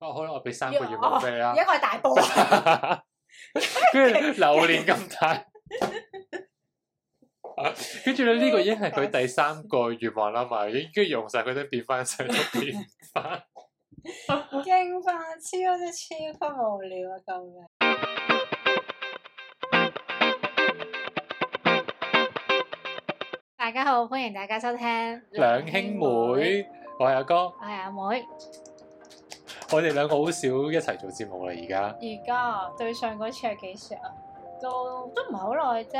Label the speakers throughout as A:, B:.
A: 哦，可能我俾三個月冇俾啦
B: 而，家我係大埔啊，
A: 跟住榴蓮咁大。跟住咧，呢個已經係佢第三個願望啦嘛，已經跟住用晒佢都變翻上都變翻。
B: 勁化超真係超級無聊啊！救命！大家好，歡迎大家收聽
A: 兩兄妹，我係阿哥，
B: 我係阿妹。
A: 我哋兩個好少一齊做節目啦，而家
B: 而家對上嗰次係幾時啊？都都唔係好耐啫，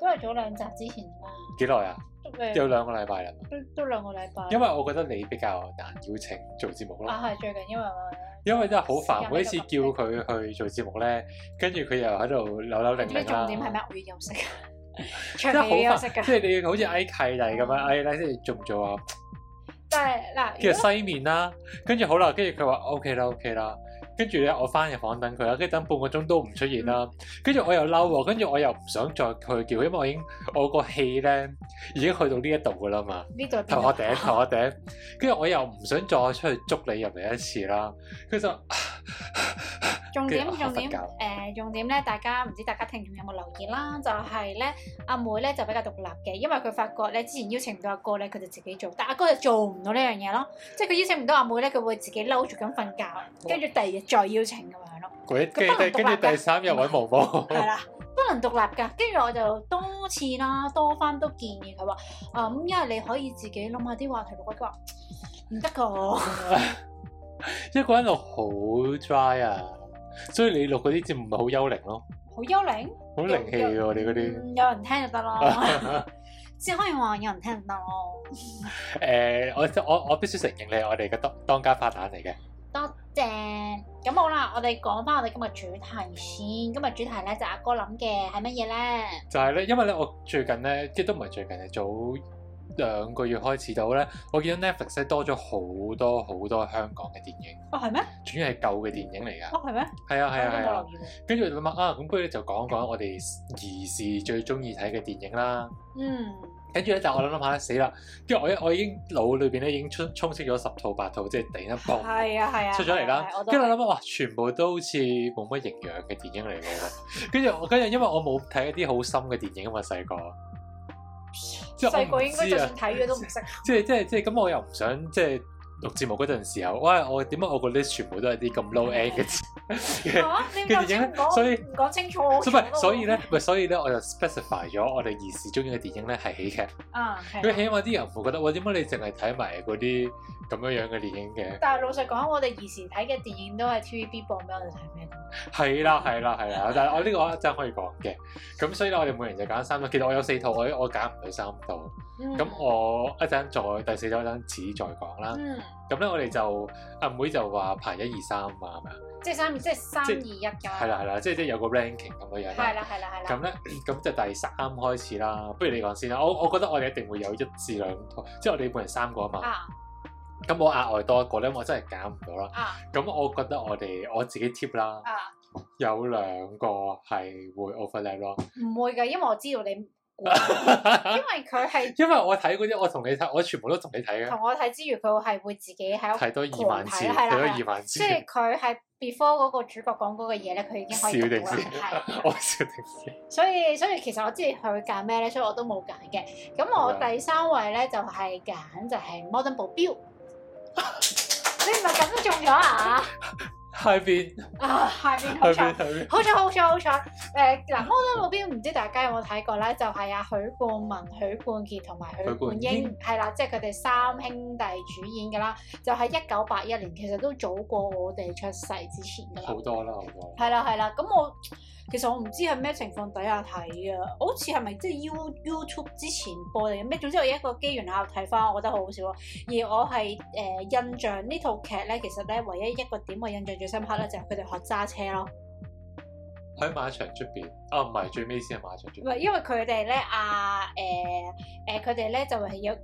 B: 都係早兩集之前啫嘛。
A: 幾耐啊？
B: 都未
A: 有兩個禮拜啦嘛。
B: 都都兩個禮拜。
A: 因為我覺得你比較難邀請做節目咯，
B: 嗯啊係最近因為我
A: 因為真係好煩，
B: 時間
A: 每一次
B: 比較
A: 叫
B: 緊迫
A: 佢去做節目咧，跟住佢又喺度扭扭擰啊擰
B: 最重點係
A: 啦。
B: 咩？我要休 息，
A: 真
B: 長
A: 係
B: 期要
A: 好
B: 休息
A: 煩，
B: 㗎。
A: 即係你好似嗌契弟咁樣，哎咧，即係做唔做啊？
B: 但係嗱，
A: 跟
B: 如
A: 住
B: 果
A: 西面啦，跟住好啦，跟住佢話 OK 啦，OK 啦，跟住咧我翻入房等佢啦，跟住等半個鐘都唔出現啦，跟住我又嬲喎，跟住我又唔想再佢叫，因為我已經我個氣咧已經去到呢一度噶啦嘛，
B: 呢度
A: 頭殼頂頭殼頂，跟住我又唔想再出去捉你入嚟一次啦，跟住就
B: 重點重點
A: 跟住我瞓
B: 誒、重點咧，大家唔知大家聽眾有冇留意啦？就係、咧，阿妹咧就比較獨立嘅，因為佢發覺咧之前邀請唔到阿哥咧，佢就自己做，但阿哥就做唔到呢樣嘢咯，即係佢邀請唔到阿妹咧，佢會自己嬲住咁瞓覺，跟住第二日再邀請咁樣咯，
A: 鬼跟
B: 佢不能
A: 住跟住
B: 獨立㗎
A: 第三日揾毛 毛，
B: 係啦。不能獨立㗎，跟住我就多次啦，多番都建議佢話啊咁，因為你可以自己諗下啲話題錄，佢話唔得㗎，
A: 一個人度好 dry 啊，所以你錄嗰啲節目咪好幽靈咯，
B: 好幽靈，
A: 好靈氣喎你嗰啲。
B: 嗯有哦人聽就 得咯，只可以話有人聽就得咯。
A: 誒、我我我必須承認你係我哋嘅當當家花旦嚟嘅。
B: 多謝。咁好啦，我哋講翻我哋今日主題先。今日主題咧就阿哥諗嘅係乜嘢咧？
A: 就係咧，因為咧，我最近咧，即係都唔係最近，係早兩個月開始到咧，我見到 Netflix 咧多咗好多好多香港嘅電影，
B: 哦，係咩？
A: 主要係舊嘅電影嚟㗎。
B: 哦，係咩？
A: 係啊，係啊，係
B: 我
A: 啊
B: 冇。留意喎。
A: 跟住諗下啊，咁不如就講講我哋兒時最中意睇嘅電影啦。
B: 嗯，
A: 跟住咧，但係我諗諗下死啦，跟住我一我已經腦裏邊咧已經充充斥咗十套八套，即係突然間砰
B: 係啊，係啊。
A: 出咗嚟啦
B: 係啊係啊我，都
A: 跟住我諗啊，哇，全部都好似冇乜營養嘅電影嚟嘅，跟住我跟住因為我冇睇一啲好深嘅電影啊嘛，細個，即係
B: 細
A: 我
B: 個
A: 唔
B: 應該
A: 知
B: 就
A: 啊
B: 算，睇咗都唔識。
A: 即係即係即係咁，我又唔想即係錄節目嗰陣時候，喂，我點解我個 list 全部都係啲咁
B: 嗯
A: low end 嘅嘅？
B: 嚇你
A: 嘅電
B: 咁
A: 影
B: 清
A: 咧
B: 講，
A: 所以
B: 唔講清楚我
A: 所
B: 全
A: 以
B: 部
A: 咪
B: 都
A: 所以咧，咪所以咧，我就 specify 咗我哋兒時中意嘅電影咧係喜劇，
B: 啊，係
A: 咁
B: 啊。
A: 起碼啲人唔會覺得，喂，點解你淨係睇埋嗰啲咁樣樣嘅電影嘅？
B: 但係老實講，我哋兒時睇嘅電影都係 TVB 播俾我哋睇咩？
A: 係啦，係啦，係啦，但係我呢個真係可以講嘅。咁所以咧，我哋每人就揀三套。其實我有四套，我我揀唔到三套。
B: 嗯
A: 咁我啊一陣再第四套一陣子再講啦。
B: 嗯，
A: 咁咧，我哋就阿妹就話排一二三啊嘛，係咪啊？
B: 即係三，即係三二
A: 即
B: 一㗎。
A: 係啦，係啦，即係即係有個 ranking 咁樣樣
B: 係
A: 啦。
B: 啦，係啦，係啦。
A: 咁咧，咁就第三開始啦。不如你講先啦。我我覺得我哋一定會有一至兩套，即係我哋每人三個啊嘛。
B: 啊
A: 咁我額外多一個咧，我真係揀唔到啦。
B: 啊
A: 咁我覺得我哋我自己 tip 啦，
B: 啊！
A: 有兩個係會 overlap 咯。
B: 唔會嘅，因為我知道你估，
A: 啊
B: 因為佢係
A: 因為我睇嗰啲，我同你睇，我全部都同你睇嘅，
B: 同我睇之餘，佢係會自己喺屋，
A: 啊睇多二萬次，
B: 狂睇啦係
A: 睇
B: 啦
A: 多二萬次
B: 即，係佢係 before 嗰個主角講嗰個嘢咧，佢已經可以
A: 笑定
B: 讀到啦
A: 先
B: 係。，
A: 我笑定先。
B: 所以所以其實我知佢揀咩咧，所以我都冇揀嘅。咁我
A: 係啊
B: 第三位咧就係揀就係 Modern 保 鏢。你唔係咁都中咗啊？
A: 喺邊？
B: 啊，下邊好
A: 喺邊？。
B: 彩
A: 喺邊？
B: 好彩好彩好彩！誒嗱，《摩登目標》唔知大家有冇睇過咧，就係阿許冠文、許冠傑同埋許冠
A: 許冠
B: 英
A: 英
B: 係啦，即係佢哋三兄弟主演㗎啦，就係一九八一年，其實都早過我哋出世之前㗎啦。
A: 好多啦，好多。
B: 係啦係啦，咁我其實我唔知係咩情況底下睇啊，好似係咪即係 You YouTube 之前播嚟嘅咩？總之我有一個機緣巧合睇翻，我覺得好好笑咯。而我係誒、呃印象呢套劇咧，其實咧唯一一個點我印象最深刻咧，就係佢哋學揸車咯。
A: 喺馬場出邊，啊唔係，最尾先係馬場出
B: 唔
A: 邊。
B: 係，因為佢哋咧，阿誒誒，佢哋咧就係有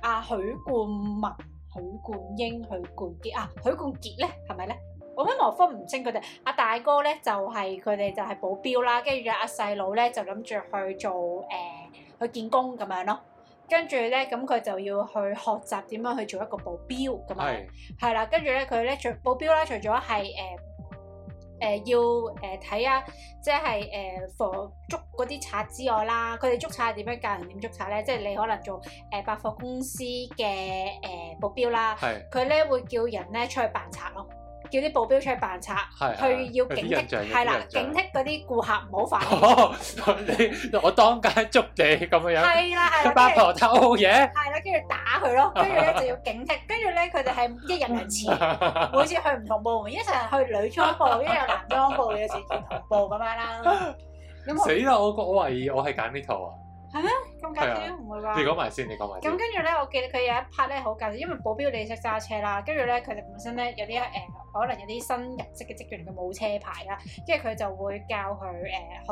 B: 阿、許冠文、許冠英、許冠傑啊，許冠傑咧係咪咧？我諗我分唔清佢哋。阿、大哥咧就係佢哋就係保鏢啦，跟住阿細佬咧就諗住去做誒、去見工咁樣咯。跟住咧，咁佢就要去學習點樣去做一個保鏢咁樣，
A: 係
B: 係啦。跟住咧，佢咧除保鏢啦，除咗係誒誒要誒睇下，即係誒防捉嗰啲賊之外啦，佢哋捉賊係點樣教人點捉賊咧？即係你可能做誒、呃百貨公司嘅誒、呃保鏢啦，
A: 係
B: 佢咧會叫人咧出去扮賊咯，叫啲保鏢出去扮賊，
A: 係
B: 去要警惕係啦，警。惕嗰啲顧客唔好 犯
A: 有啲印象有啲印象哦你哦 我當街捉你咁樣
B: 係啦係
A: 樣，
B: 啦，
A: 八
B: 跟住
A: 婆偷嘢，
B: 係啦，跟住打佢咯，跟住咧就要警惕，跟住咧佢哋係一日兩 次，每次去唔同部門，一陣去女裝部，一日男裝部，有時唔同部咁樣 啦。咁 我
A: 死啦！我我懷疑我係揀呢套啊！
B: 咁搞笑唔會
A: 你
B: 啩？
A: 講埋先，你講埋
B: 咁
A: 先
B: 跟。住咧，我記得佢有一 part 咧好搞笑，因為保鏢你識揸車啦，跟住咧佢哋本身咧有啲誒、呃可能有啲新入職嘅職員佢冇車牌啦，跟住佢就會教佢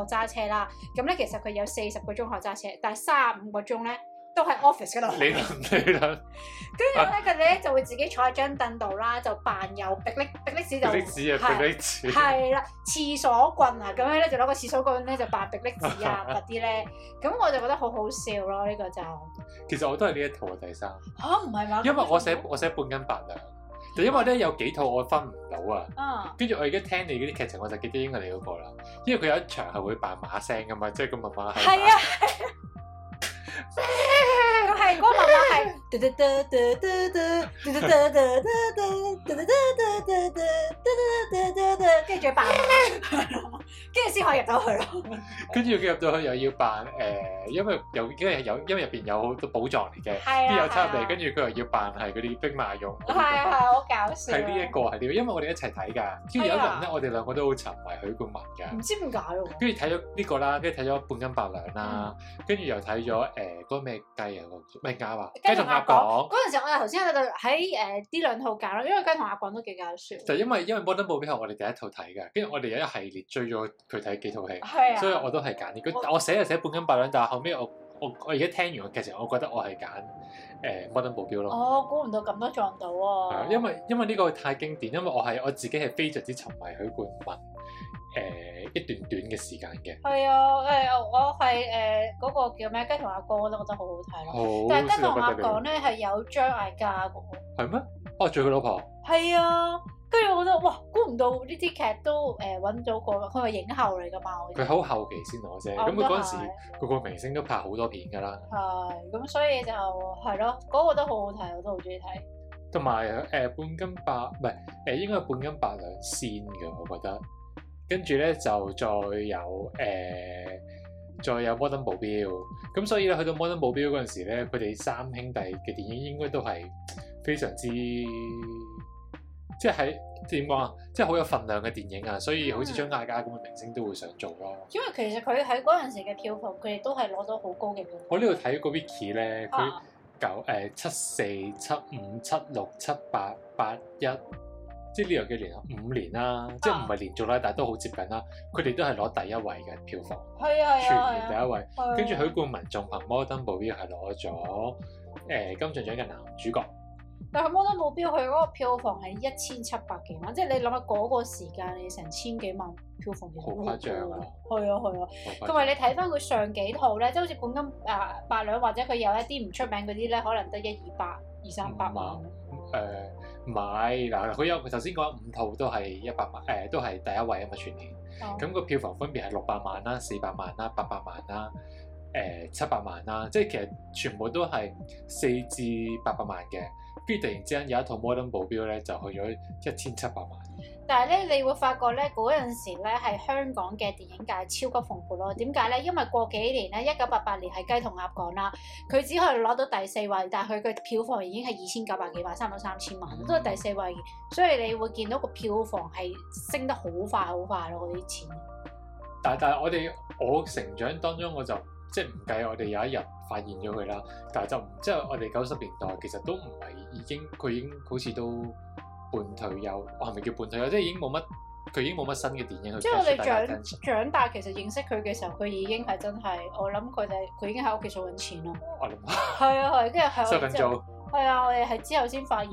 B: 誒、學揸車啦。咁咧其實佢有四十個鐘學揸車，但係三十五個鐘咧都喺 office 嗰度。
A: 理論理論，
B: 跟住咧，佢哋咧就會自己坐喺張凳度啦，就扮有逼力逼力士就
A: 歷史啊，佢歷史。
B: 係啦，廁所棍啊，咁樣咧就攞個廁所棍咧就扮逼力士啊嗰啲咧，咁我就覺得好好笑咯，呢、個就嚇
A: 其實我都係呢一套啊，第三。
B: 唔係嘛？
A: 因為我寫我寫半斤八兩，就因為咧有幾套我分唔到啊。
B: 嗯
A: 跟住我而家聽你嗰啲劇情，我就記得應該係你嗰個啦。因為佢有一場係會扮馬聲噶嘛，即係個媽媽係。
B: 係啊。咁係嗰個媽媽係嘟嘟嘟嘟嘟嘟嘟嘟嘟嘟嘟嘟嘟嘟嘟嘟嘟嘟嘟，跟住再扮，跟住先可以入到去咯。
A: 跟住佢入到去又要扮誒、因為有因為有因為入邊有好多寶藏嚟嘅，
B: 係
A: 啲有
B: 啊，
A: 差嚟，跟住佢又要扮係嗰啲兵馬俑。
B: 係啊，啊係好搞笑。
A: 係呢一個係呢個，因為我哋一齊睇㗎。跟住有一輪咧，我哋兩個都好沉迷許冠文
B: 唔
A: 㗎。
B: 知點解喎。
A: 跟住睇咗呢個啦，跟住睇咗半斤八兩啦，
B: 嗯
A: 跟住又睇咗誒嗰個咩雞啊，嗰個咩鴨啊，
B: 雞
A: 雞
B: 同
A: 同
B: 鴨
A: 鴨
B: 講
A: 講。
B: 嗰陣時，我哋頭先喺度喺誒呢兩套揀咯，因為雞同鴨講都幾搞笑。
A: 就因為因為摩登保鏢係我哋第一套睇㗎，跟住我哋有一系列追咗佢睇幾套戲，
B: 係啊，
A: 所以我都係揀呢個。我寫就寫半斤八兩，但係後尾我我我而家聽完個劇情，我覺得我係揀誒摩登保鏢咯。
B: 哦，估唔到咁都撞到
A: 係啊
B: 喎。
A: 因為因為呢個太經典，因為我係我自己係非常之沉迷許冠文誒、一段短嘅時間嘅，
B: 係啊，誒我係誒嗰個叫咩雞同鴨講，我都覺得好哦好啊睇咯。
A: 好
B: 但係雞
A: 笑
B: 同
A: 到不
B: 鴨
A: 得
B: 講
A: 了，
B: 咧係有張艾嘉嘅喎。
A: 係咩？哦，做佢老婆，
B: 係啊，跟住我覺得哇，估唔到呢啲劇都誒揾到個，佢係影后嚟㗎嘛，我記
A: 佢
B: 得
A: 好後期先攞啫。
B: 我
A: 咁佢
B: 哦都
A: 嗰陣時，
B: 係
A: 個個明星都拍好多片㗎啦。
B: 係咁，所以就係咯，嗰個都好好睇，我都好中意睇。
A: 同埋誒半斤八唔係誒應該係半斤八兩先嘅，我覺得。跟住咧就再有誒、呃再有摩登保鏢。咁所以咧去到摩登保鏢嗰陣時咧，佢哋三兄弟嘅電影應該都係非常之即係喺點講啊，即係好有份量嘅電影啊。所以好似張艾嘉咁嘅明星都會想做咯。
B: 因為其實佢喺嗰陣時嘅票房，佢哋都係攞到好高嘅票
A: 我
B: 房。
A: 哦呢度睇個 Wiki 咧，佢
B: 啊
A: 九誒七四七五七六七八八一，即係呢樣幾年啊，五年啦，即
B: 啊
A: 係唔係連續啦，但係都好接近啦。佢哋都係攞第一位嘅票房，
B: 係啊係
A: 全
B: 啊
A: 年
B: 係
A: 第
B: 啊，
A: 一位。
B: 係啊
A: 跟住許冠文仲憑《摩登保鏢》係攞咗誒金像獎嘅男主角，
B: 但係摩登目標佢嗰個票房係一千七百幾萬，即係你諗下嗰個時間，你成千幾萬票房其實
A: 好
B: 都
A: 誇張啊！
B: 係啊係啊，
A: 好誇張
B: 同埋你睇翻佢上幾套咧，即係好似本金啊八兩或者佢有一啲唔出名嗰啲咧，可能得一二百、二三百萬。
A: 誒呃唔係嗱，佢有佢頭先講五套都係一百萬，誒、都係第一位啊嘛，全年。
B: 哦
A: 咁個票房分別係六百萬啦、四百萬啦、八百萬啦、誒七百萬啦，即係其實全部都係四至八百萬嘅。跟住突然之間有一套《摩登保鏢》咧，就去咗一千七百萬。
B: 但係咧，你會發覺咧，嗰陣時咧係香港嘅電影界超級蓬勃咯。點解咧？因為過幾年咧，一九八八年係雞同鴨講啦，佢只可以攞到第四位，但係佢嘅票房已經係二千九百幾萬，差唔多三千萬，
A: 嗯
B: 都係第四位。所以你會見到個票房係升得好快好快咯，嗰啲錢。
A: 但但係我哋我成長當中，我就即係唔計我哋有一日發現咗佢啦，但係就唔即係我哋九十年代其實都唔係已經佢已經好似都半退休，我係咪叫半退休？即係已經冇乜佢已經冇乜新嘅電影去
B: 即係我
A: catch
B: 哋
A: 大家 attention。
B: 長長大，其實認識佢嘅時候，佢已經係真係，我諗佢哋佢已經喺屋企數緊 錢咯。
A: 我諗
B: 係啊係，跟住係
A: 收
B: 我
A: 緊
B: 哋之後
A: 租。
B: 係啊，我哋係之後先發現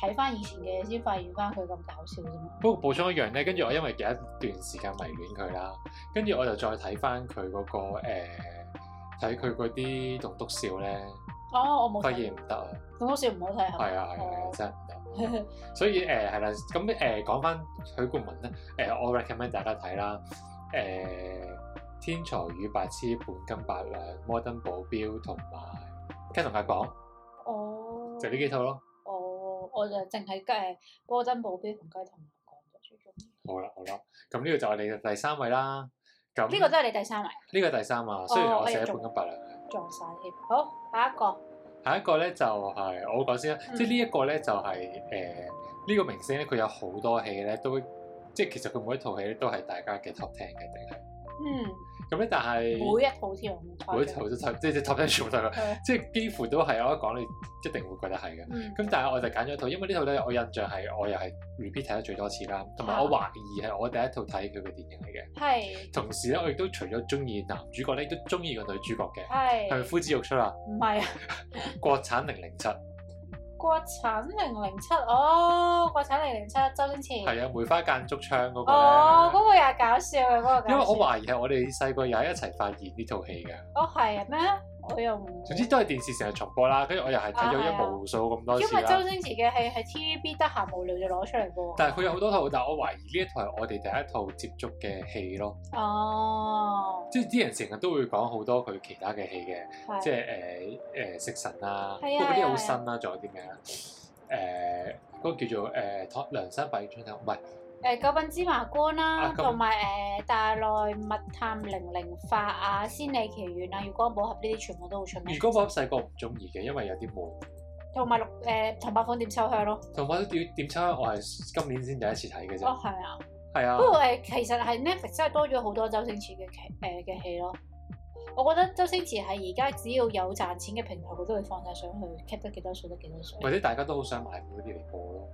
B: 睇翻以前嘅嘢，先發現翻佢咁搞笑啫嘛。
A: 不過補充一樣咧，跟住我因為有一段時間迷戀佢啦，跟住我就再睇翻佢嗰個誒睇佢嗰啲棟篤笑咧，
B: 哦，我冇
A: 發現
B: 睇，哦
A: 唔得啊，
B: 咁好似唔好睇係咪
A: 係啊係啊係啊，真係唔得。
B: 哦
A: 所以誒係啦，咁誒講翻許冠文咧，誒、我 recommend 大家睇啦，誒、天才與白痴》、《半斤八兩》、《摩登保鏢》同埋《跟同阿講》，
B: 哦，
A: 就呢幾套咯。
B: 我我就淨係雞誒波登保鏢同雞同人講咗最中意，
A: 好啦好啦，咁呢個就係你嘅第三位啦。咁
B: 呢個都係你第三位
A: 呢個第三啊，雖然我寫《
B: 哦我亦
A: 半斤八兩》。
B: 撞晒添。好，下一個
A: 下一個咧就係、我講先啦，
B: 嗯
A: 即係呢一個咧就係誒呢個明星咧，佢有好多戲咧都即係其實佢每一套戲咧都係大家嘅 top ten 嘅，定係
B: 嗯，
A: 咁咧，但係
B: 每一套添，我
A: 每
B: 冇
A: 一
B: 睇
A: 套都 top，即係即係 top ten 全部都係佢
B: 係
A: 即係幾乎都係我一講你一定會覺得係嘅。
B: 嗯
A: 咁但係我就揀咗一套，因為呢套咧我印象係我又係 repeat 睇得最多次啦，同埋
B: 啊
A: 我懷疑係我第一套睇佢嘅電影嚟嘅。
B: 係
A: 同時咧，我亦都除咗中意男主角咧，亦都中意個女主角嘅，係咪
B: 係
A: 呼之欲出啊？
B: 唔係啊？
A: 國產零零七
B: 國產零零七哦，國產零零七周星馳
A: 係啊，梅花間竹槍嗰個
B: 哦，
A: 咧
B: 嗰個又係搞笑嘅嗰個搞笑，
A: 因為我懷疑係我哋細個又係一齊發現呢套戲嘅，
B: 哦係啊咩？我又唔
A: 總之都係電視成日重播啦，跟住我又係睇咗
B: 啊係啊
A: 一無數咁多
B: 因
A: 次
B: 為周
A: 啦。
B: 星馳嘅戲係 TVB 得閒無聊就攞出嚟嘅喎。
A: 但係佢有好多套，但係我懷疑呢一套係我哋第一套接觸嘅戲咯。
B: 哦，
A: 即係啲人成日都會講好多佢其他嘅戲嘅，
B: 係
A: 即係誒誒食神啊，不過
B: 係啊
A: 嗰啲
B: 係啊
A: 好新啦，仲有啲咩啊？誒嗰個叫做誒托梁山伯與春秋，唔係
B: 誒九品芝麻官啦
A: 啊，咁
B: 同埋誒大內密探零零發啊、仙履奇緣啊、月光寶盒呢啲全部都好出名
A: 如，果我細個唔中意嘅，因為有啲悶。
B: 同埋綠誒同百款點秋香咯。
A: 同埋都點點餐，我係今年先第一次睇嘅
B: 哦
A: 啫，，
B: 係啊。
A: 係
B: 不
A: 啊，
B: 過誒，其實係 Netflix 真係多咗好多周星馳嘅劇誒嘅戲咯。我覺得周星馳係而家只要有賺錢嘅平台，佢都會放晒上去，cap 得幾多水得幾多水
A: 或者大家都好想買嗰啲嚟播咯，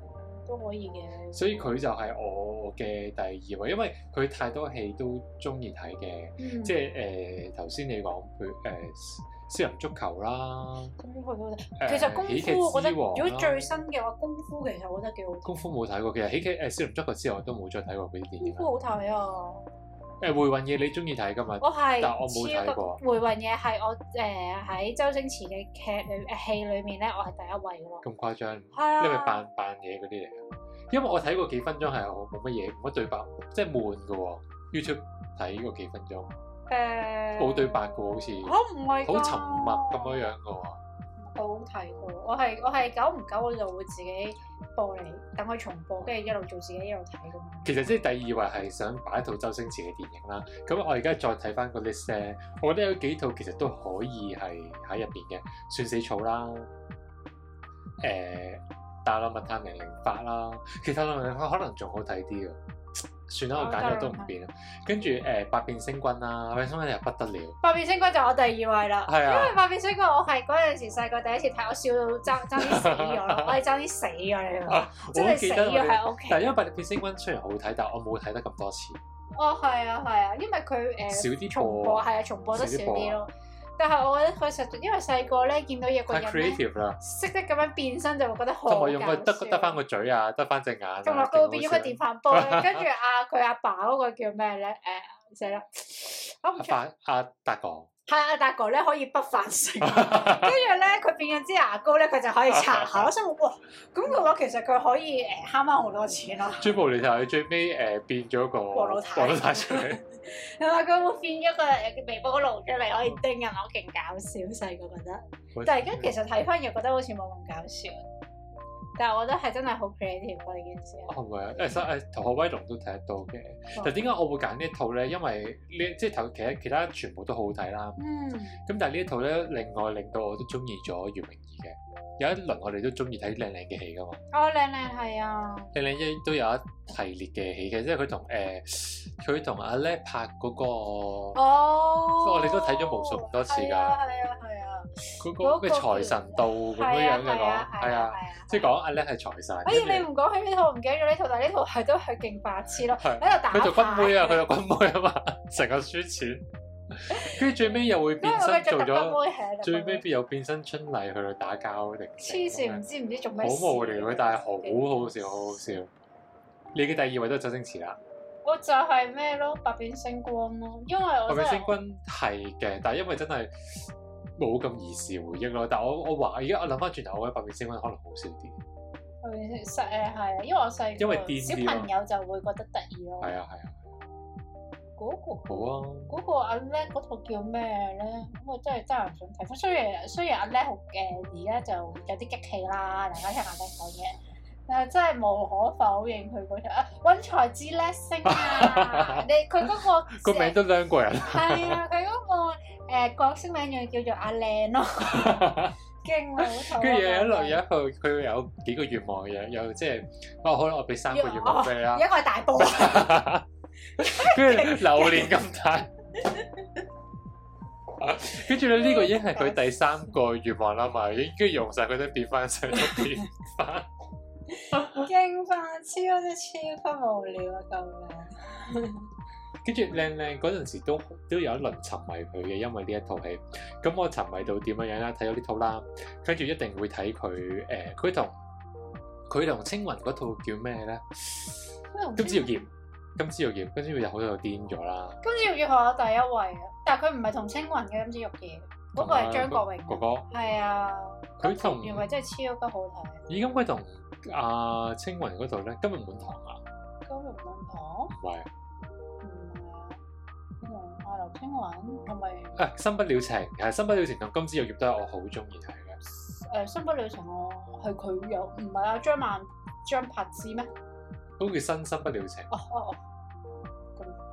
B: 都可以嘅。
A: 所以佢就係我嘅第二位，因為佢太多戲都中意睇嘅，
B: 嗯
A: 即係誒呃頭先你講譬如誒私人足球啦，
B: 功夫佢都得
A: 誒
B: 其實功
A: 喜劇
B: 夫我覺得，
A: 之
B: 如
A: 王
B: 果
A: 啦
B: 最新嘅話，功夫其實我覺得幾好睇。
A: 功夫冇睇過，其實喜劇呃誒少林足球之後我都冇再睇過嗰啲電
B: 功
A: 影
B: 夫
A: 啦。
B: 好睇啊！
A: 誒回魂夜你中意睇噶嘛？
B: 我係
A: 但我冇睇
B: 超級
A: 過
B: 回魂夜係我誒喺周星馳嘅劇裏誒戲裏面咧，我係第一位嘅咯。
A: 咁誇張，你
B: 係啊，
A: 咪扮扮嘢嗰啲嚟㗎。因為我睇過幾分鐘係我冇乜嘢，冇乜對白，即係悶嘅喎。YouTube 睇過幾分鐘，
B: 誒
A: 冇對白嘅喎，好似
B: 嚇唔係㗎
A: 好沉默咁樣。樣嘅喎。
B: 我好睇過，我係我係久唔久我就會自己播嚟，等佢重播，跟住一路做自己一路睇咁樣。
A: 其實即係第二位係想擺一套周星馳嘅電影啦。咁我而家再睇翻個 list 咧，我覺得有幾套其實都可以係喺入邊嘅，《算死草》啦，誒、大內密探零零八》啦，其他零零八可能仲好睇啲嘅。算啦，我揀咗都唔變啦。跟住誒《百變星君》啦，《百變星君》又不得了，
B: 百變星君就我第二位啦，
A: 係啊
B: 因為百變星君我係嗰陣時細個第一次睇，我笑到 爭爭啲死咗咯，我係爭啲死咗你明唔明
A: 啊
B: 真
A: 我
B: 係啊
A: 記
B: 死
A: 得我
B: 咗
A: 哋。
B: 喺屋企。
A: 但係因為《百變星君》雖然好睇，但我冇睇得咁多次。
B: 哦，係啊，係啊，因為佢誒、
A: 少啲
B: 重
A: 播
B: 播，係啊，重播得
A: 少
B: 少
A: 啲
B: 啲
A: 播
B: 咯。但係我覺得佢實在，因為細個咧見到有個
A: 太
B: 人咧
A: creative 啦，
B: 識得咁樣變身，就會覺得好
A: 同埋
B: 搞
A: 用個得得翻
B: 笑。
A: 個嘴啊，得翻隻眼啊，
B: 同埋
A: 勁
B: 佢
A: 好
B: 會變咗個
A: 笑
B: 電飯煲咧，跟住阿佢阿爸嗰個叫咩咧？誒死 啦！我唔
A: 阿
B: 出係
A: 發阿達哥，
B: 阿達啊哥咧可以不反 省，跟住咧佢變咗支牙膏咧，佢就可以刷 下咯。所以我哇，咁嘅話其實佢可以誒慳翻好多錢咯。
A: 追無厘頭，佢最尾誒、呃、變咗個
B: 黃老太
A: 黃老太出嚟，
B: 係咪佢會變咗個誒微波爐出嚟可以叮啊人？我勁搞笑，細個覺得。 但係而家其實睇翻又覺得好似冇咁搞笑，但係我覺得係真係好 creative 咯呢件事。
A: 係咪啊？誒實誒《逃學威龍》都睇得到嘅，
B: 哦
A: 但點解我會揀呢一套咧？因為呢即係頭其他其他全部都好好睇啦。
B: 嗯，
A: 咁但係呢一套咧，另外令到我都中意咗袁詠儀嘅。有一輪我哋都中意睇靚靚嘅戲噶嘛，
B: 哦靚靚係啊，
A: 靚靚一都有一系列嘅戲嘅，即係佢同誒佢同阿叻拍嗰、個嗰、
B: 哦，
A: 我哋都睇咗無數咁多次㗎
B: 係啊係啊係啊，
A: 個咩
B: 嗰個
A: 財神到咁
B: 係
A: 樣
B: 啊
A: 樣嘅講，
B: 係啊
A: 係啊，
B: 係啊
A: 即係講阿叻係財神。
B: 哎呀，
A: 跟
B: 你
A: 住
B: 唔講起呢套，唔記得咗呢套，但係呢套係都係勁白痴咯，
A: 係
B: 喺度打
A: 佢做軍妹啊，
B: 牌
A: 佢做軍妹啊嘛， 成個輸錢，跟住最尾又會
B: 因為
A: 變
B: 我
A: 身
B: 咪着
A: 做
B: 特
A: 咗，
B: 工妹係啊
A: 最尾
B: 特
A: 又變身春麗去到打交定
B: 工妹黐線，唔知唔知做咩事啊
A: 好無聊嘅，啊但係好好笑，好好笑。你嘅第二位都係周星馳啦，
B: 我就係咩咯，百變星光咯，因為
A: 《
B: 我
A: 百
B: 真
A: 變
B: 係
A: 星君》係嘅，但係因為真係冇咁兒時回憶咯。但我我話而家我諗翻轉頭，我覺得百變星君可能好笑啲。
B: 係實誒係啊，因為我細個
A: 因為癲啲咯
B: 小朋友就會覺得得意咯。
A: 係啊係啊，
B: 嗰個
A: 好啊，
B: 嗰個阿叻嗰套叫咩咧？我真係真係想睇翻。雖然雖然阿叻好誒，而家就有啲激氣啦，大家聽阿叻講嘢，但係真係無可否認佢嗰場啊揾才智叻 星啊！你佢嗰個
A: 個名都兩個人。
B: 係啊，佢嗰個誒角色名就叫做阿靚咯， 勁老土啊。
A: 跟住有一類有一個佢有幾個願望嘅，有即係我可能我俾三個願望俾你啦
B: 一，個係大埔。
A: 跟住榴蓮咁大。跟住咧，呢個已經係佢第三個願望啦嘛，已經跟住用晒佢都變翻上都變翻。
B: 勁白痴，嗰啲超級無聊啊！救命！
A: 跟住靚靚嗰陣時都都有一輪沉迷佢嘅，因為呢一套戲。咁我沉迷到點樣樣啦？睇咗呢套啦，跟住一定會睇佢誒，佢同佢同青雲嗰套叫咩咧？金枝玉葉，金枝玉葉，金枝玉葉好又癲咗啦。
B: 金枝玉葉係我第一位啊，但係佢唔係同青雲嘅金枝玉葉，嗰個係張國
A: 哥
B: 榮。
A: 哥。
B: 係啊，
A: 佢同
B: 原來真係超級好睇。
A: 咦？咁佢同阿青雲嗰套咧，今日滿堂啊，
B: 金玉滿堂
A: 唔係啊
B: 唔係啊，呢個阿劉青雲同埋
A: 啊，《新不了情》係《新不了情》同《金枝玉葉》都係我好中意睇嘅。
B: 誒《新不了情》我係佢有，唔係啊張曼張柏芝咩？
A: 都叫《新新不了情》。
B: 哦哦哦，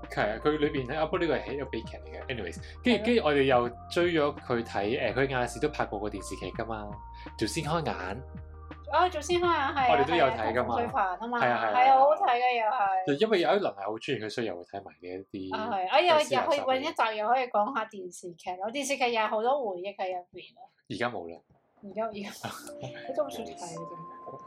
A: 係啊，佢裏邊咧，啊不過呢個係一個悲劇嚟嘅。anyways，跟住跟住我哋又追咗佢睇誒，佢亞視都拍過個電視劇㗎嘛，《做先開眼
B: 啊做先開眼係啊
A: 我哋都有睇㗎嘛
B: 係啊同馮淬帆啊嘛，
A: 係啊係啊
B: 係啊好好睇嘅又係。》，
A: 因為有一輪係好中意佢，所以又會睇埋呢一
B: 啊
A: 啲。
B: 係，哎呀，
A: 有時
B: 又可以
A: 垃圾
B: 揾
A: 嚟
B: 一集，又可以講下電視劇咯。電視劇有好多回憶喺入邊咯。
A: 而家冇啦。
B: 而家而家我都好想睇嘅啫。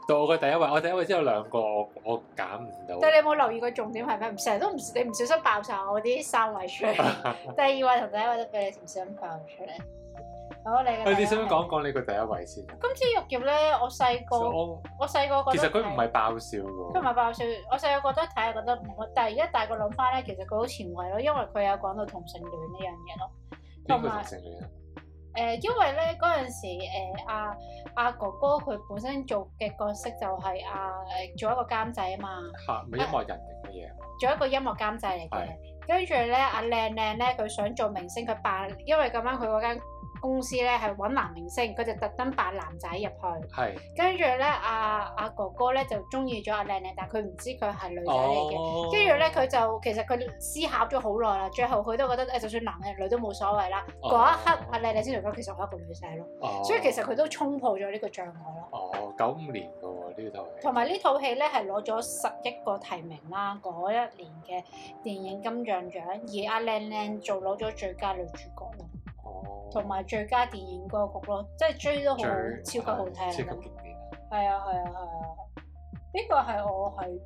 A: 到我嘅第一位，我第一位之後兩個我我揀唔到。
B: 但係你有冇留意個重點係咩？唔成日都唔你唔小心爆晒我啲三位出嚟， 第二位同第一位都俾你唔小心爆出嚟。好，你嘅第
A: 喂
B: 一位。
A: 你想唔想講講你個第一位先啊？
B: 金枝玉葉咧，我細啊個
A: 我
B: 我細個
A: 其
B: 覺
A: 實
B: 得
A: 佢唔
B: 睇
A: 係爆笑
B: 佢唔
A: 㗎喎，
B: 係爆笑，我細個覺得睇係覺得唔乜，但係而家大個諗翻咧，其實佢好前衞咯，因為佢有講到同性戀呢樣嘢咯。
A: 邊
B: 同
A: 個
B: 埋
A: 同性戀啊？
B: 誒、因為咧嗰陣時，誒阿阿哥哥佢本身做嘅角色就係阿誒做一個監製啊嘛，
A: 嚇，咪音樂人定乜嘢啊？
B: 做一個音樂監製嚟嘅
A: 係。
B: 跟住咧，阿靚靚咧，佢想做明星，佢扮，因為咁啱佢嗰間公司咧係揾男明星，佢就特登扮男仔入去。
A: 係
B: 跟住咧，阿、阿、哥哥咧就中意咗阿靚靚，但係佢唔知佢係女仔嚟嘅。
A: 哦，
B: 跟住咧，佢就其實佢思考咗好耐啦，最後佢都覺得誒，就算男定女都冇所謂啦。嗰、一刻，阿靚靚先同佢講，其實我係一個女仔咯。
A: 哦
B: 所以其實佢都衝破咗呢個障礙咯。
A: 哦九五年嘅喎呢套戲
B: 同埋呢套戲咧係攞咗十一個提名啦，嗰一年嘅電影金像獎，而阿靚靚做攞咗最佳女主角咯，
A: 哦，
B: 同埋最佳電影歌曲咯，即係追都好超級好睇
A: 超
B: 啊
A: 級！經典啊！
B: 係啊係啊係啊！呢個係我係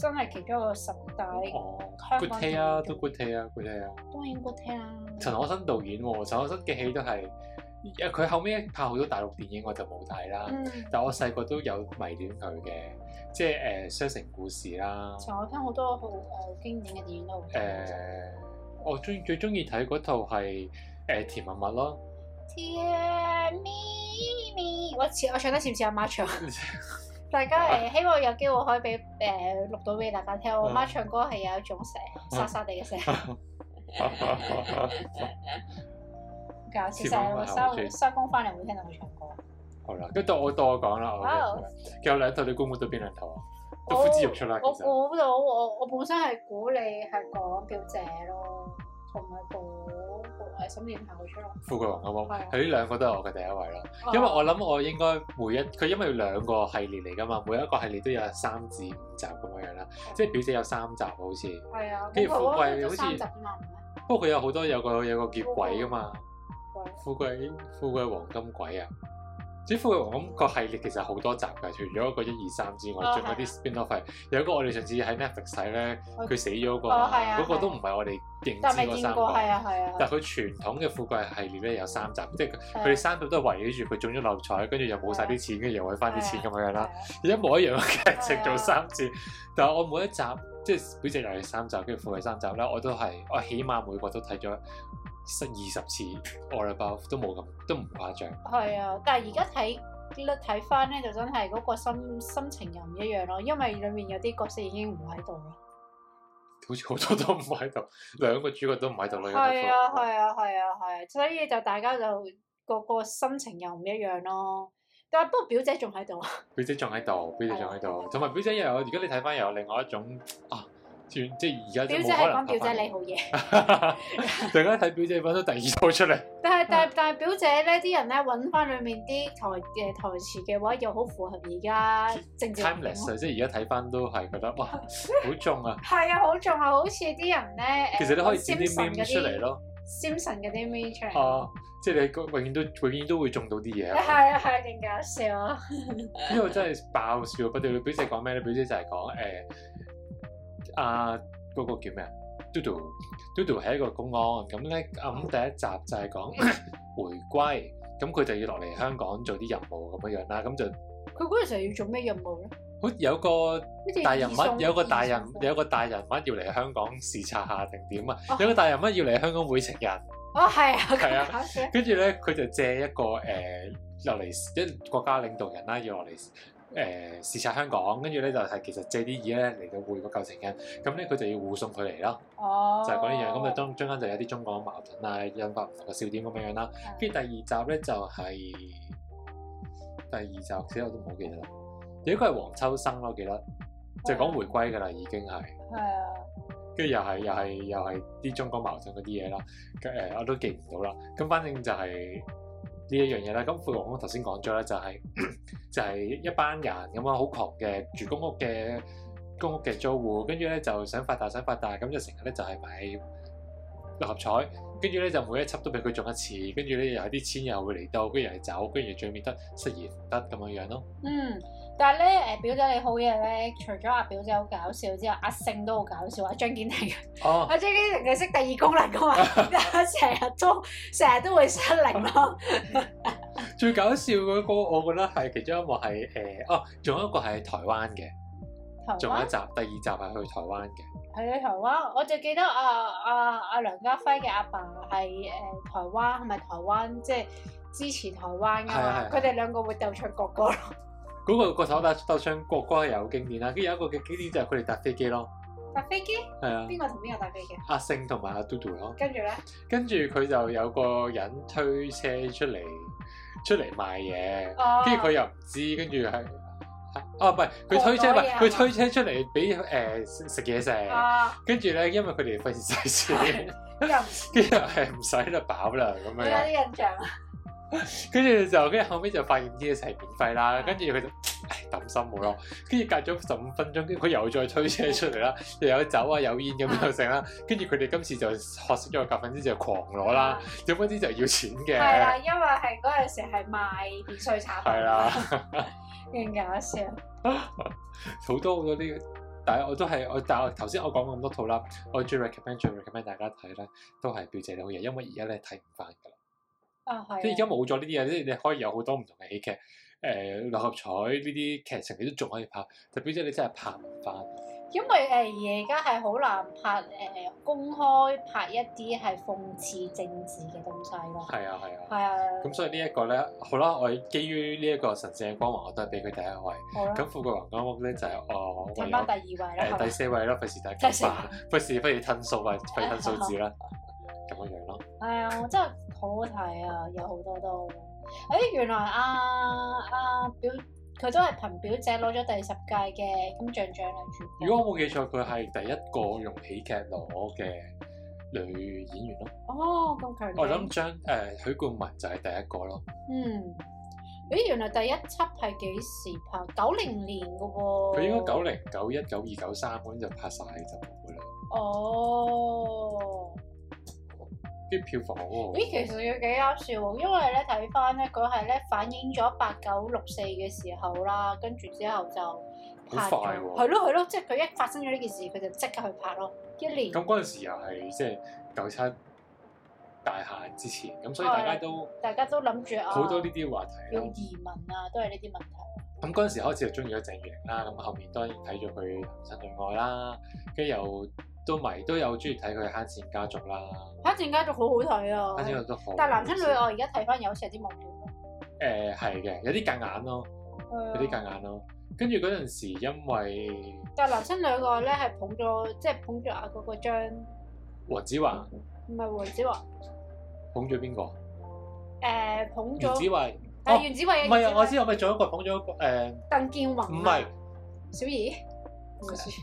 B: 真係其中一個十大
A: 哦
B: 香
A: ，good
B: 港嗯
A: day 啊，
B: 電影
A: 都 good day 啊，good day 啊！
B: 當然 good 聽啦。
A: 陳可辛導演喎，陳可辛嘅戲都係，佢後尾拍好多大陸電影我就冇睇啦，
B: 嗯，
A: 但我細個都有迷戀佢嘅，即係誒《雙城故事》啦，
B: 陳可辛好多好誒經典嘅電影都好睇。
A: 誒、我最最中意睇嗰套係誒《甜蜜蜜》咯，
B: 甜蜜蜜，我似我唱得似唔似阿 Mark 唱？大家誒、
A: 啊
B: 希望有機會可以俾誒、錄到俾大家聽。我媽唱歌係有一種
A: 啊
B: 聲沙沙地嘅 聲，搞笑成日收收工翻嚟會聽到佢唱歌。
A: 好啦，跟住到我到我講啦，我嘅
B: Wow
A: 其實有兩套，你估唔估到邊兩套啊？都呼之欲出啦，其
B: 我
A: 實
B: 估到我我本身係估你係講表姐咯，同埋估誒沈殿霞佢出咯。
A: 富貴王好冇？
B: 係哦啊
A: 佢呢兩個都係我嘅第一位啦。因為我諗我應該每一佢因為兩個系列嚟㗎嘛，每一個系列都有三至五集咁樣樣啦，即係表姐有三集好似，
B: 係啊，
A: 跟住富貴好似
B: 好似三啊集啫嘛，唔係
A: 不過佢有好多有個有個叫鬼㗎嘛，
B: 貴
A: 富貴富貴黃金鬼啊！至於富貴黃金個系列其實好多集㗎，除咗個一二三之外
B: 哦，
A: 仲有啲 spin off 係有一個我哋上次喺 Netflix 睇咧，
B: 我
A: 佢死咗嗰個
B: 哦係啊
A: 啦，嗰
B: 係
A: 個
B: 啊
A: 都唔係我哋認
B: 但
A: 知
B: 未
A: 嗰
B: 見
A: 三
B: 過，
A: 個。
B: 係啊係啊。
A: 但佢傳統嘅富貴系列咧有三集，即係佢
B: 係啊
A: 佢哋三集都係圍繞住佢中咗六合彩，跟住又冇晒啲
B: 啊
A: 錢，跟住又揾翻啲錢咁樣樣啦。一模一樣嘅劇情做三次，但係我每一集即係每隻遊戲三集，跟住富貴三集咧，我都係我起碼每個都睇咗十二十次 all about，都冇咁都唔誇張。
B: 係啊，但係而家睇睇翻咧，就真係嗰個心心情又唔一樣咯，因為裡面有啲角色已經唔喺度啦。
A: 好似好 多都唔喺度，兩個主角都唔喺度啦。
B: 係啊，係啊，係啊，係啊，所以就大家就個個心情又唔一樣咯。但係不過表姐仲喺度，
A: 表姐仲喺度，表姐仲喺
B: 啊
A: 度，同埋表姐又有，而家你睇翻又有另外一種啊，即係而家都
B: 表姐
A: 冇可能
B: 係講
A: 拍
B: 表
A: 返
B: 姐你好嘢。
A: 大家睇表姐揾到第二套出 嚟，
B: 但係
A: 嗯
B: 但係但係表姐咧，啲人咧揾翻裡面啲台嘅台詞嘅話，又好符合而家政治環境咯
A: timeless 啊！即係而家睇翻都係覺得哇，好重 啊！
B: 係啊，好重啊！好似啲人咧，
A: 其實你可以剪啲 meme 出嚟咯，
B: ，Simpson 嗰啲 meme 出嚟。
A: 啊，即係你個永遠都永遠都會中到啲嘢啊。
B: 係啊係啊，勁搞笑啊！
A: 呢個真係爆笑不得了。表姐講咩咧？表姐就係講誒啊嗰個叫咩啊？Dodo Dodo 係一個公安咁咧，
B: 嗯
A: 咁第一集就係講 回歸，咁佢就要落嚟香港做啲任務咁樣樣啦，咁就
B: 佢嗰陣時候要做咩任務咧？
A: 好有個。
B: 好似
A: 大人
B: 移送啊
A: 物有個大人
B: 移送
A: 有個大人物要嚟香港視察下定點啊
B: 哦！
A: 有個大人物要嚟香港會情人，
B: 哦係啊，
A: 係啊
B: 咁搞笑。
A: 跟住咧佢就借一個誒落嚟一國家領導人啦，要落嚟誒視察香港，跟住咧就係其實借啲嘢咧嚟到會個舊情人，咁咧佢就要護送佢嚟啦，
B: 哦，
A: 就係嗰啲樣，咁啊中中間就有啲中港矛盾啊，引發唔同嘅笑點咁樣樣啦。跟住第二集咧就係、第二集，其實我都唔好記得啦。有一個係黃秋生咯，我記得就講回歸㗎啦，已經係。
B: 係啊，
A: 跟住又係又係又係啲中港矛盾嗰啲嘢啦，誒、我都記唔到啦。咁反正就係呢一樣嘢啦。咁富豪我頭先講咗啦，就係、 就係一班人咁啊，好窮嘅住公屋嘅公屋嘅租戶，跟住咧就想發達想發達，咁就成日咧就係買六合彩，跟住咧就每一輯都俾佢中一次，跟住咧又係啲錢又會嚟到，跟住又係走，跟住最尾得失而復得咁樣樣咯。
B: 嗯。但係咧，誒表姐你好嘢咧，除咗阿表姐好搞笑之外，阿勝都好搞笑啊！張堅庭，
A: 哦，
B: 阿張堅庭佢識第二功能噶 嘛，成日都成日都會失靈咯。
A: 最搞笑嗰個我覺得係其中一幕係誒、哦，仲有一個係台灣嘅。
B: 台
A: 仲有一
B: 灣
A: 集，第二集係去台灣嘅，
B: 係啊，台灣，我就記得阿阿阿梁家輝嘅阿爸係誒、呃台灣，係咪台灣即係支持台灣㗎
A: 係啊係啊
B: 嘛？佢哋兩個會鬥唱國歌咯。
A: 嗰、個個手打鬥唱國歌係有經典啦，跟住有一個嘅經典就係佢哋搭飛機咯，
B: 搭飛機，
A: 係啊，
B: 邊個同邊個搭飛機？
A: 阿勝同埋阿嘟嘟咯，
B: 跟住咧，
A: 跟住佢就有個人推車出嚟出嚟賣嘢，
B: 哦，
A: 跟住佢又唔知，跟住係啊唔係佢推車唔
B: 過
A: 係
B: 袋啊
A: 佢推車出嚟俾誒食食嘢食，
B: 啊，
A: 跟住咧因為佢哋費事使 錢，
B: 又唔知
A: 跟住又係唔使啦飽啦咁樣
B: 有
A: 樣。
B: 啲印象啊。
A: 跟住就跟住後尾就發現啲嘢係免費
B: 嗯
A: 啦，跟住佢就唉抌心冇咯，跟住隔咗十五分鐘，跟住佢又再推車出嚟啦，
B: 嗯
A: 又有酒啊有煙咁樣成啦，跟住佢哋今次就學識咗個夾粉之就狂攞啦，飲嗰啲就要錢
B: 嗯係啦，
A: 嘅，
B: 因為係嗰陣時係賣免稅產品，
A: 係啦，
B: 勁搞笑。
A: 好多好多呢，但係我都係我但係我頭先我講咁多套啦，我最 recommend 最 recommend 大家睇咧都係表姐你好嘢，因為而家咧睇唔翻㗎啦。
B: 啊，係啊。
A: 即係而家冇咗呢啲嘢，即係你可以有好多唔同嘅喜劇，誒、呃六合彩呢啲劇情你都仲可以拍，特別即係你真係拍唔翻，
B: 哦因為誒而家係好難拍誒、呃公開拍一啲係諷刺政治嘅東西咯。
A: 係啊係
B: 係
A: 啊。
B: 啊，
A: 咁所以呢一個咧，好啦，我基於呢一個神聖嘅光環，我都係俾佢第一位。
B: 好啦，
A: 咁富貴皇宮屋咧就係、哦我唯
B: 睇
A: 有
B: 翻第二位
A: 誒
B: 啦，係
A: 第
B: 咪？
A: 四位啦，費事大家
B: 第四位
A: 煩，費事費事吞數啊，費吞數字 啦，咁樣樣咯。
B: 係啊，我真係好好睇啊，有好多都。誒，原來啊啊表佢都係憑表姐攞咗第十屆嘅金像獎女主角。
A: 如果我冇記錯，佢係第一個用喜劇攞嘅女演員咯。
B: 哦咁強勁，
A: 我諗張誒許冠文就係第一個咯。
B: 嗯。咦，原來第一輯係幾時拍？九零年嘅喎。
A: 佢應該九。零、九一、九二、九三嗰啲就拍晒就冇噶啦，
B: 哦。
A: 啲票房喎。
B: 咦，其實佢幾啱笑喎，因為咧睇翻咧，佢係咧反映咗八九六四嘅時候啦，跟住之後就拍
A: 好快
B: 咗
A: 喎
B: 係咯係咯，即係佢一發生咗呢件事，佢就即刻去拍咯，一年
A: 咁嗰陣時又係即係九七大限之前，咁所以大家都
B: 大家都諗住啊，
A: 好多呢啲話題
B: 哦要
A: 咯。
B: 移民啊，都係呢啲問題。
A: 咁嗰陣時開始就中意咗鄭盈啦，咁後面當然睇咗佢《男生對愛》啦，跟住又都迷都有中意睇佢《慳錢家族》啦，
B: 嚇，鄭家族好好
A: 《
B: 睇
A: 慳錢家
B: 啊！
A: 族》都好。
B: 哦但係男親女愛而家睇翻有時有啲無聊咯。
A: 誒係嘅，有啲夾硬
B: 哦
A: 咯，有啲
B: 係啊
A: 夾硬咯。跟住嗰陣時，因為
B: 但係男親女愛咧係捧咗，即係捧咗啊阿嗰個張，
A: 黃子華
B: 唔係黃子華，
A: 捧咗邊個？
B: 誒捧
A: 袁子
B: 咗，
A: 華
B: 係
A: 哦
B: 袁子華
A: 唔
B: 嘅。
A: 係啊，我知我咪仲有一個捧咗一個誒，
B: 鄧建雲啊。
A: 唔係
B: 小儀。唔係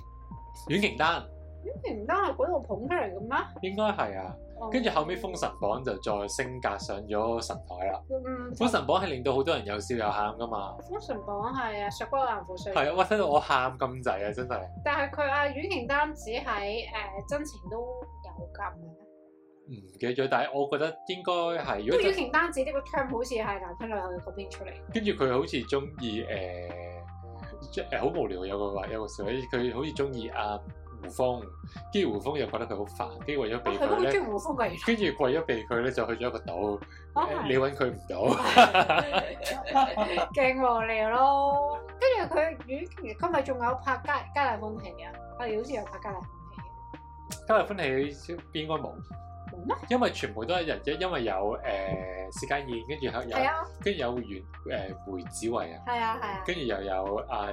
A: 阮瓊丹。
B: 唔得係嗰度捧出嚟嘅咩？
A: 應該係啊，跟住後尾《封神榜》就再升格上咗神台啦。
B: 嗯，
A: 《封神榜》係令到好多人有笑有喊噶嘛，
B: 封神榜係啊，削骨難父碎。
A: 係啊，哇！聽到我喊咁滯啊，真係
B: 但係佢阿阮瓊丹只喺誒真情都有㗎，唔係咩
A: 唔記得咗。但係我覺得應該係，如
B: 因為
A: 果
B: 阮
A: 真
B: 瓊丹指呢個 term 好似係男親女友嗰邊出嚟。
A: 跟住佢好似中意誒，即誒好無聊有個話有個小位，佢好似中意阿胡楓，跟住胡楓又覺得佢好煩，跟住為咗避
B: 啊佢都
A: 佢
B: 好中意哦
A: 咧，
B: 胡風嘅，原
A: 跟住為咗避佢咧就去咗一個島，
B: 來。
A: 你揾佢唔到。
B: 勁無聊咯。跟住佢阮瓊，佢咪仲有拍加加大歡喜啊？係好似有拍加大歡喜
A: 今日歡喜應該冇，
B: 冇咩？
A: 因為全部都係人，因因為有誒薛家燕，跟住有
B: 嘅。係啊，
A: 跟住有袁誒梅子慧啊，
B: 係啊，係啊，
A: 跟住又有阿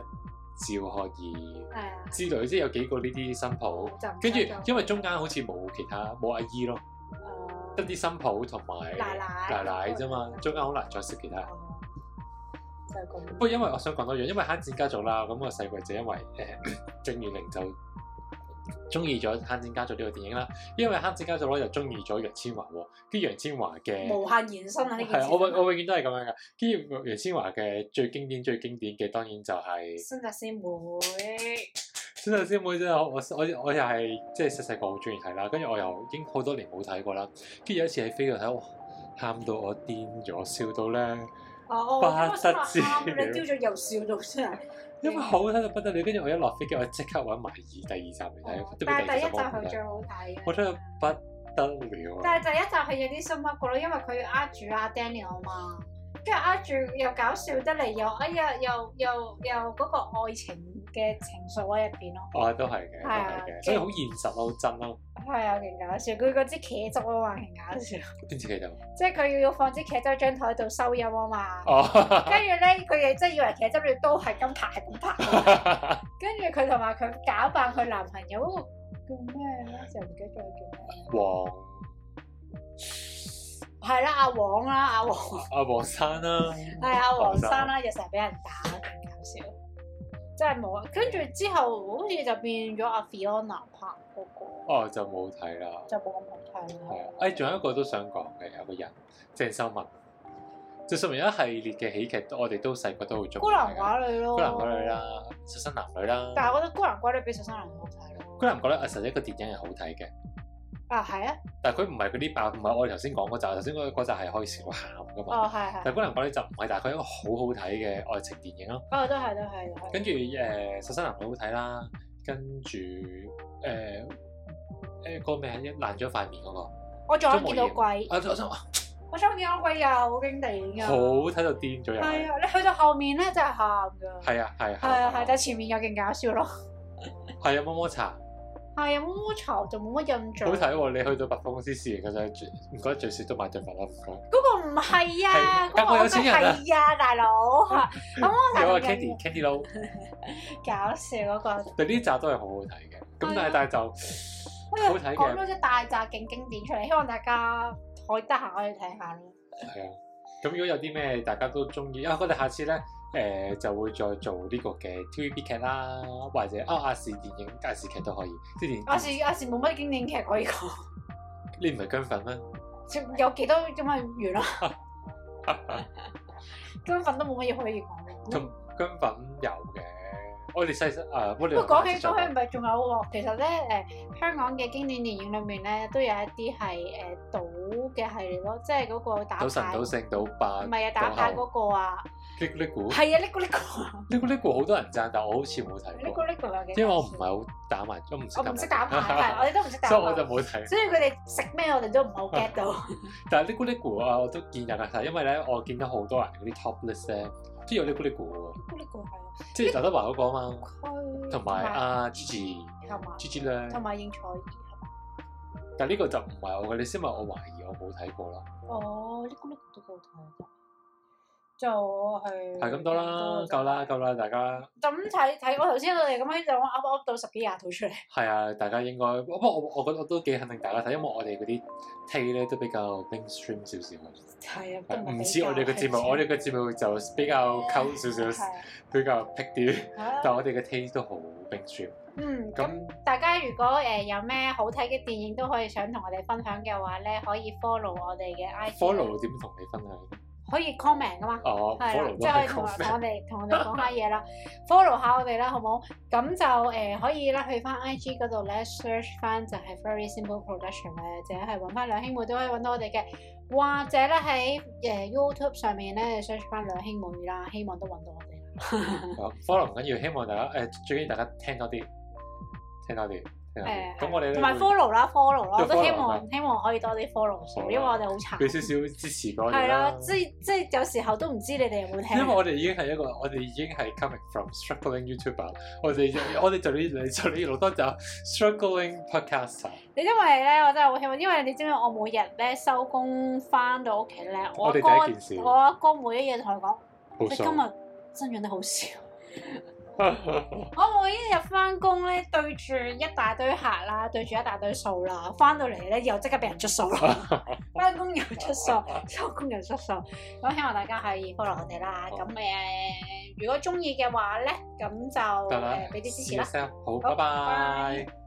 A: 趙學而
B: 係啊。
A: 之類，即係有幾個呢啲新抱。
B: 就唔
A: 跟住
B: 記得咗
A: 因為中間好似冇其他冇阿姨咯，
B: 呃誒
A: 得啲新抱同埋
B: 奶奶
A: 奶奶啫嘛，中間好難再識其他人。
B: 哦就係咁。
A: 不過因為我想講多樣，因為慳錢家族啦，咁我細個就因為呃 誒鄭裕玲就中意咗慳錢家族呢個電影啦，因為慳錢家族咧就中意咗楊千嬅喎，跟住楊千嬅嘅
B: 無限延伸啊！呢件
A: 係啊
B: 事
A: 我永我永遠都係咁樣噶，跟住楊千嬅嘅最經典最經典嘅當然就 係、
B: 新紮師妹，
A: 小頭師妹真係我我我又係即係細細個好中意睇啦，跟住我又已經好多年冇睇過啦，跟住有一次喺飛度睇，哇喊到我癲咗，笑到咧，
B: 哦，我
A: 八
B: 我心話
A: 得之
B: 啱你丟咗又笑到真係。
A: 因
B: 嗯
A: 為好睇到不得了，跟住我一落飛機我即刻揾埋二第二集嚟睇，都
B: 哦但係
A: 俾
B: 第一
A: 二
B: 集
A: 集我唔
B: 佢
A: 睇
B: 最好睇嘅。
A: 我真係不得了啊！
B: 但係第一集係有啲深刻噶咯，因為佢呃住阿 Daniel 啊嘛，跟住呃住又搞笑得嚟，又哎呀，又又又嗰個愛情嘅情愫喺入邊咯。
A: 我都係嘅，都
B: 係啊
A: 係嘅，所以好現實咯，好真咯，
B: 係啊，勁搞笑！佢嗰支茄汁啊嘛，勁搞笑。
A: 邊次佢 就
B: 即係佢要放支茄汁喺張台度收音啊嘛。
A: 哦，
B: 跟住咧，佢哋真係以為茄汁料都係咁拍，係咁拍。跟住佢同埋佢假扮佢男朋友嗰個叫咩咧，就唔記得咗叫啊咩。
A: 黃
B: 係啦，阿黃啦，阿 黃
A: 阿啊黃生啦，
B: 係啊，黃生啦，又成日俾人打，勁搞笑。真係冇啊！跟住之後好似就變咗阿 Fiona 拍嗰個，
A: 哦就冇睇啦。
B: 就冇咁好睇啦。
A: 係啊，誒，仲有一個都想講嘅，有個人鄭秀文，鄭秀文有一系列嘅喜劇，我哋都細個都好中意
B: 孤
A: 睇
B: 男
A: 㗎。
B: 寡女咯，
A: 孤男寡女。啦，實身男女啦。
B: 但係我覺得孤男寡女比小生男好睇咯。
A: 孤男寡女啊，實一個電影係好睇嘅，
B: 啊，係啊，
A: 但係佢唔係嗰啲爆，唔係我頭先講嗰集，頭先嗰嗰集係可以笑到喊噶嘛。
B: 哦，係係，
A: 但係孤男寡女就唔係，但係佢係一個好好睇嘅愛情電影咯。
B: 哦，都係都係都係。
A: 跟住呃誒，實身男女好睇啦，跟住誒誒個名爛咗塊面嗰個，
B: 我仲有見到鬼，
A: 啊我想哇
B: 我想見到鬼又經典㗎。
A: 好睇到癲咗又
B: 係
A: 係，
B: 啊！你去到後面咧真係喊㗎。
A: 係啊係啊
B: 係啊係，但係前面有勁搞笑咯。
A: 係啊，摸摸茶
B: 係啊，毛毛巢就冇乜印象。
A: 好睇喎！你去到百貨公司試完嘅啫，最唔該最少都買對襪啦，唔該。
B: 嗰個唔係啊，
A: 係
B: 嗰個
A: 有錢人啊
B: 係啊， 大佬嚇，咁我
A: 有啊
B: 頭先
A: ，Candy Candy 佬，
B: 搞笑嗰個，
A: 對呢集都係好好睇嘅。咁但
B: 係啊
A: 係但係就
B: 我又
A: 好睇嘅
B: 哎講咗隻大扎勁經典出嚟，希望大家可以得閒可以睇下咯。
A: 係啊。咁如果有啲咩大家都中意啊，我哋下次咧誒就會再做呢個嘅 TVB 劇啦，或者啊亞視電影、亞視劇都可以。即係
B: 亞
A: 電
B: 視亞視冇乜經典劇可以講，
A: 你唔係姜粉咩？
B: 有幾多咁咪完 咯。 根本都冇乜嘢可以講咯。
A: 姜粉有嘅，我哋細細誒，我哋
B: 不過講起講起唔係仲有喎，其實咧誒、香港嘅經典電影裏面咧都有一啲係誒賭嘅系列咯，即係嗰個打
A: 賭神、
B: 牌，
A: 賭
B: 唔
A: 聖、賭霸、
B: 係啊打牌嗰個啊，
A: 呢呢股
B: 係啊呢個呢個
A: 呢股呢股好多人讚，但我好似冇睇
B: 呢
A: 過
B: 個，呢個有幾搞笑？
A: 因為我唔係好打麻，我唔
B: 我唔識打牌，係我哋都唔識 打
A: 所以我就
B: 牌，
A: 冇睇。
B: 所以佢哋食咩我哋都唔好 get 到。
A: 但係呢咕呢咕啊，我都建議大家睇，因為咧我見到好多人嗰啲 top list 咧都有呢咕呢咕喎，
B: 呢個係啊
A: 即係劉德華嗰個啊嘛，
B: 佢
A: 同埋阿 Gigi
B: 同埋
A: Gigi 咧。
B: 同埋應彩兒。
A: 但呢個就唔係我嘅，你先話我懷疑我冇睇過啦。
B: 哦，呢個呢個都幾好睇㗎，就係
A: 係咁多啦，夠啦，夠啦，大家
B: 就咁睇睇，我頭先我哋咁樣就噏噏到十幾廿套出嚟，
A: 係啊，大家應該不過我我覺得我都幾肯定大家睇，因為我哋嗰啲 t 咧都比較 mainstream 少少嘅，
B: 係啊，都
A: 係
B: 係
A: 唔
B: 比
A: 似
B: 較
A: 我哋嘅節
B: 係
A: 目，我哋嘅節目就比較溝少少，
B: 係
A: 比較僻啲，
B: 啊
A: 但我哋嘅 t 都好 mainstream。
B: 嗯咁。
A: 咁
B: 大家如果誒、呃有咩好睇嘅電影都可以想同我哋分享嘅話咧，可以 follow 我哋嘅 IG 啊
A: follow 點同你分享？
B: 可以 comment 噶嘛。
A: 哦
B: 係啦
A: ，follow，
B: 即
A: 都
B: 係可以
A: 係
B: 同
A: comment
B: 同我哋同我哋講下嘢啦，follow 下我哋啦，好冇？咁就誒、呃可以啦，去翻 IG 嗰度咧 search 翻就係 Very Simple Production 咧，或者係揾翻兩兄妹都可以揾到我哋嘅，或者咧喺誒 YouTube 上面咧 search 翻兩兄妹啦，希望都揾到我哋啦。
A: 啊 follow 唔緊要，希望大家誒最緊要大家聽多啲，聽多啲，聽多
B: 誒
A: 啲。
B: 啊
A: 啊咁我哋咧
B: 同埋
A: 會
B: follow 啦，follow 啦，
A: 都
B: 我都希
A: follow
B: 望希望可以多啲 follow 數，因為我哋好
A: 俾
B: 慘。
A: 少少支持我
B: 係
A: 哋啦
B: 啦，。即即有時候都唔知你哋有冇聽。
A: 因為我哋已經係一個，我哋已經係 coming from struggling YouTuber，我哋我哋就呢就呢錄多集 struggling podcaster，
B: 你因為咧，我真係好希望，因為你知唔知我每日咧收工翻到屋企咧，我阿
A: 我哋
B: 哥
A: 第一件事
B: 我阿哥每一日同佢講：
A: 好
B: 你今
A: 爽。
B: 日真養得好少。我每一日翻工咧，對住一大堆客啦，對住一大堆數啦，翻到嚟咧又即刻俾人出數啦， 翻工又出數，收工又出數。咁希望大家可以 follow 我哋啦。
A: 好
B: 咁誒、如果中意嘅話咧，咁就
A: 得啦
B: 誒俾啲支持啦。
A: ，see yourself，好，拜
B: 好
A: 拜。